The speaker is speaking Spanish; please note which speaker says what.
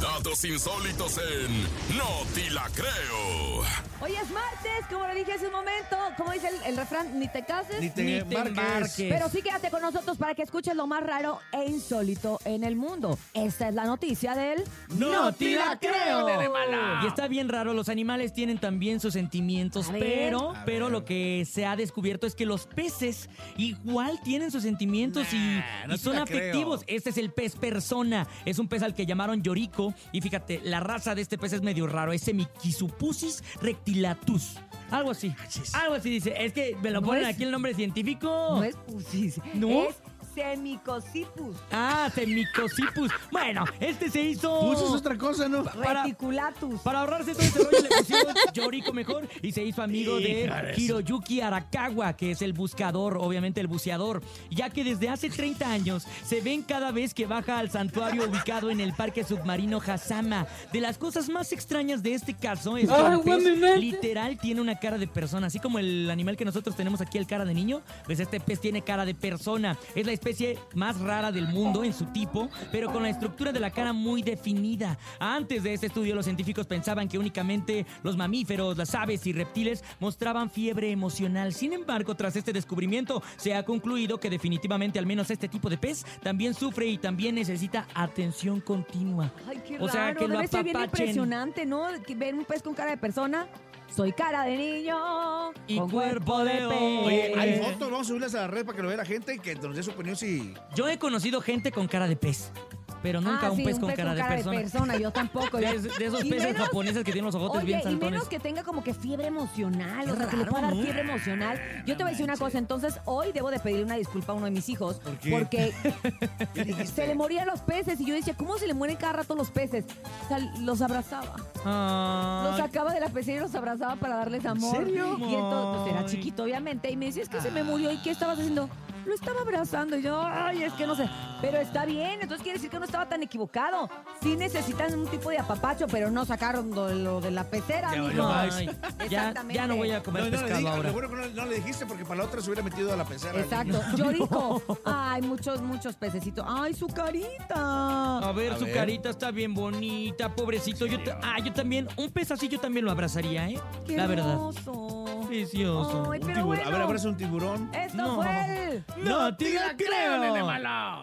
Speaker 1: Datos insólitos en No Te La Creo.
Speaker 2: Hoy es martes, como le dije hace un momento, como dice el, el refrán, ni te cases.
Speaker 3: Ni te,
Speaker 4: Ni te
Speaker 3: marques.
Speaker 4: marques.
Speaker 2: Pero sí quédate con nosotros para que escuches lo más raro e insólito en el mundo. Esta es la noticia del...
Speaker 4: ¡No te
Speaker 2: tira
Speaker 4: la creo! Y está bien raro, los animales tienen también sus sentimientos,
Speaker 2: A ver.
Speaker 4: pero,
Speaker 3: Ah. A
Speaker 4: pero
Speaker 3: ver.
Speaker 4: lo que se ha descubierto es que los peces igual tienen sus sentimientos y-
Speaker 3: Nah,
Speaker 4: y,
Speaker 3: no te
Speaker 4: son
Speaker 3: la creo.
Speaker 4: afectivos. Este es el pez persona, es un pez al que llamaron Yorico y fíjate, la raza de este pez es medio raro, es Semiquisupusis rectilatus. Algo así,
Speaker 3: Ah,
Speaker 4: algo así dice. Es que me lo
Speaker 2: No
Speaker 4: ponen
Speaker 2: es-
Speaker 4: aquí el nombre científico.
Speaker 2: No es pusis,
Speaker 4: ¿No?
Speaker 2: es semicocipus.
Speaker 4: Ah, Semicosipus. Bueno, este se hizo...
Speaker 3: Pues es otra cosa, ¿no?
Speaker 4: Para-
Speaker 2: Reticulatus.
Speaker 4: Para ahorrarse todo ese rollo le pusieron Yoriko mejor y se hizo amigo
Speaker 3: Híjole.
Speaker 4: de Hiroyuki Arakawa, que es el buscador, obviamente el buceador, ya que desde hace 30 años se ven cada vez que baja al santuario ubicado en el parque submarino Hasama. De las cosas más extrañas de este caso es que el pez literal tiene una cara de persona, así como el animal que nosotros tenemos aquí, el cara de niño, pues este pez tiene cara de persona. Es la especie más rara del mundo en su tipo, pero con la estructura de la cara muy definida. Antes de este estudio, los científicos pensaban que únicamente los mamíferos, las aves y reptiles mostraban fiebre emocional. Sin embargo, tras este descubrimiento, se ha concluido que definitivamente al menos este tipo de pez también sufre y también necesita atención continua.
Speaker 2: Ay, qué
Speaker 4: O sea,
Speaker 2: raro.
Speaker 4: que lo
Speaker 2: Debe ser bien
Speaker 4: apapachen.
Speaker 2: impresionante, ¿no? Que Ver un pez con cara de persona. Soy cara de niño.
Speaker 4: Y
Speaker 2: con
Speaker 4: cuerpo de hombre.
Speaker 3: Oye, hay
Speaker 4: Eh.
Speaker 3: fotos, vamos a subirlas a la red para que lo vea la gente y que nos dé su opinión si...
Speaker 4: Yo he conocido gente con cara de pez, pero nunca
Speaker 2: Ah,
Speaker 4: un
Speaker 2: sí,
Speaker 4: pez con cara, de, persona.
Speaker 2: Yo tampoco.
Speaker 4: De,
Speaker 2: yo-
Speaker 4: es- de esos
Speaker 2: Y
Speaker 4: peces
Speaker 2: menos-
Speaker 4: japoneses que tienen los ojotes
Speaker 2: Oye,
Speaker 4: bien
Speaker 2: y
Speaker 4: saltones.
Speaker 2: menos que tenga como que fiebre emocional, o
Speaker 4: Qué
Speaker 2: sea, que le pueda
Speaker 4: raro,
Speaker 2: dar
Speaker 4: ¿no?
Speaker 2: fiebre emocional. Yo te voy a decir una cosa, entonces hoy debo de pedirle una disculpa a uno de mis hijos,
Speaker 3: ¿Por qué?
Speaker 2: porque se le morían los peces y yo decía, ¿cómo se le mueren cada rato los peces? O sea, los abrazaba,
Speaker 4: Ay,
Speaker 2: los sacaba de la pecera y los abrazaba para darles amor.
Speaker 4: serio?
Speaker 2: Y entonces, pues era
Speaker 4: Ay. Ah.
Speaker 2: chiquito, obviamente, y me decía, es que se me murió, ¿y qué estabas haciendo? Lo estaba abrazando, y yo, ay, es que no sé, pero está bien, entonces quiere decir que no estaba tan equivocado. Sí necesitan un tipo de apapacho, pero no sacaron lo de la pecera,
Speaker 3: Ya
Speaker 2: amigo.
Speaker 3: valió madre.
Speaker 4: ay, ya,
Speaker 2: Exactamente.
Speaker 4: ya no voy a
Speaker 3: No,
Speaker 4: comer
Speaker 3: no le
Speaker 4: pescado
Speaker 3: digas,
Speaker 4: ahora.
Speaker 3: lo bueno que no, no le dijiste porque para la otra se hubiera metido a la pecera.
Speaker 2: Exacto, llorico. Ay, muchos, muchos pececitos. Ay, su carita.
Speaker 4: A ver,
Speaker 3: A
Speaker 4: su
Speaker 3: ver.
Speaker 4: carita está bien bonita, pobrecito. Yo, ta- ah, yo también, un pez así yo también lo abrazaría, ¿eh?
Speaker 2: Qué
Speaker 4: la verdad.
Speaker 2: hermoso.
Speaker 4: Precioso.
Speaker 2: Ay,
Speaker 3: Un
Speaker 2: pero
Speaker 3: tiburón.
Speaker 2: bueno. Eh,
Speaker 3: A ver, abraza un tiburón.
Speaker 2: Esto
Speaker 4: No.
Speaker 2: fue el...
Speaker 4: ¡No te la creo!